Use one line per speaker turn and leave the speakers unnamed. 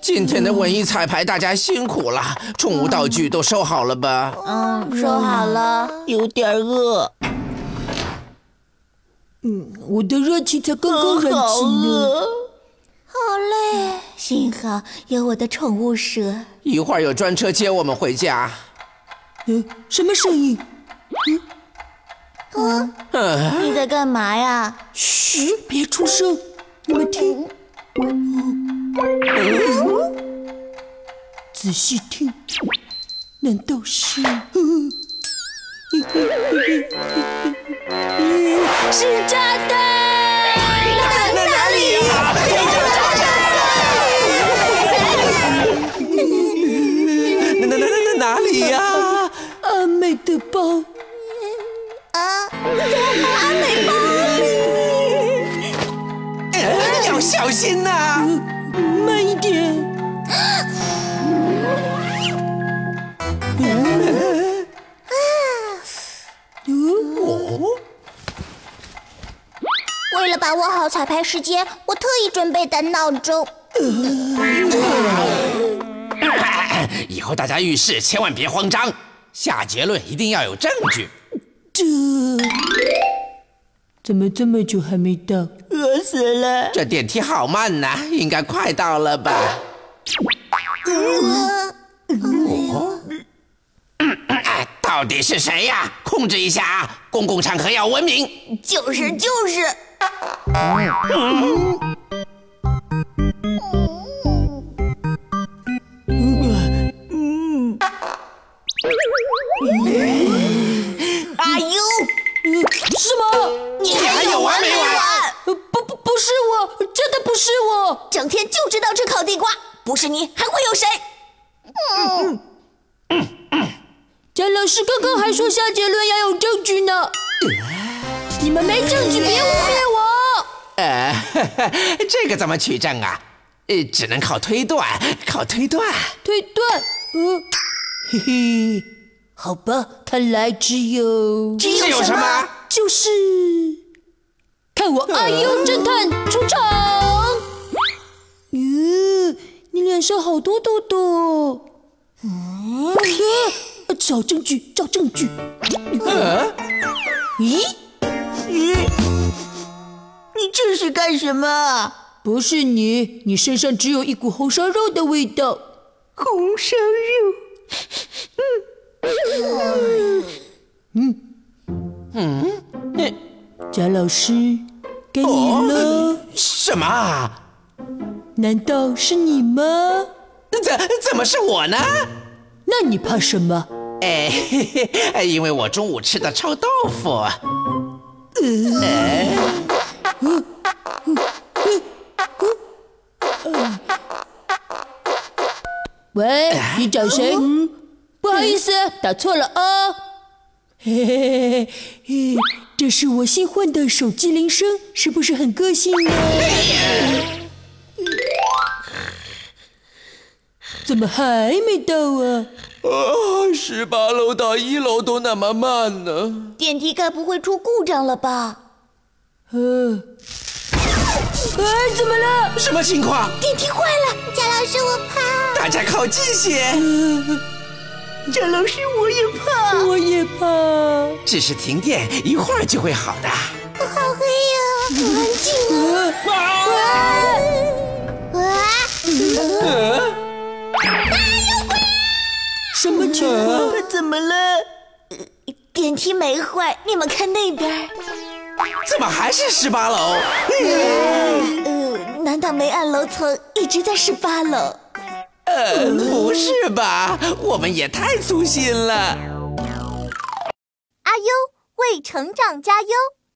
今天的文艺彩排大家辛苦了，宠物道具都收好了吧？
嗯，
收好了。
有点饿，
嗯，我的热气才刚刚燃
好
起
啊
呢。
饿。
好累，幸好有我的宠物蛇。
一会儿有专车接我们回家。
嗯，什么声音？
你在干嘛呀？
嘘，别出声！你们听，仔细听，难道是？呃
是炸弹！
在哪里呀、哪哪哪哪哪里呀、
呃阿美啊的包，
呃要小心呐、
慢一点。
为了把握好彩排时间，我特意准备的闹钟。
以后大家遇事千万别慌张，下结论一定要有证据。
这怎么这么久还没到？呃
饿死了！
这电梯好慢呐、应该快到了吧？哦，哎到底是谁呀、控制一下啊！公共场合要文明。
就是就是，嗯嗯
阿优，
呃，什么？
哎你
还有完没完？
呃不不不是我，真的不是我。
整天就知道吃烤地瓜，不是你还会有谁？
蒋老师刚刚还说下结论要有证据呢，你们没证据别污蔑我。
呃， 这个怎么取证啊？呃，只能靠推断，靠推断。
推断，嗯，嘿嘿，好吧，看来只有
只有
这有
什
什
么
么？
就是看我阿优侦探出场。咦、你脸上好多痘痘。嗯，找证据，找证据。
呃，
咦，
你这是干什么？
不是你，你身上只有一股红烧肉的味道。
红烧肉，
贾老师，该你了。
什么啊？
难道是你吗？
怎怎么是我呢？
那你怕什么？
哎，嘿嘿，因为我中午吃的臭豆腐。
喂，你找谁？不好意思，打错了哦。嘿嘿嘿嘿，这是我新换的手机铃声，是不是很个性呢？怎么还没到啊？
啊，十八楼到一楼都那么慢呢？
电梯该不会出故障了吧？
呃，哎，怎么了？
什么情况？
电梯坏了，贾老师，我怕。
大家靠近些。
蒋老师，我也怕。
我也怕。
只是停电，一会儿就会好的。
好黑呀、好安静啊！哇，
什么情况？
怎么了？
电梯没坏，你们看那边儿。
怎么还是十八楼？
呃，难道没按楼层，一直在十八楼？
呃，不是吧？我们也太粗心了。
阿优为成长加油。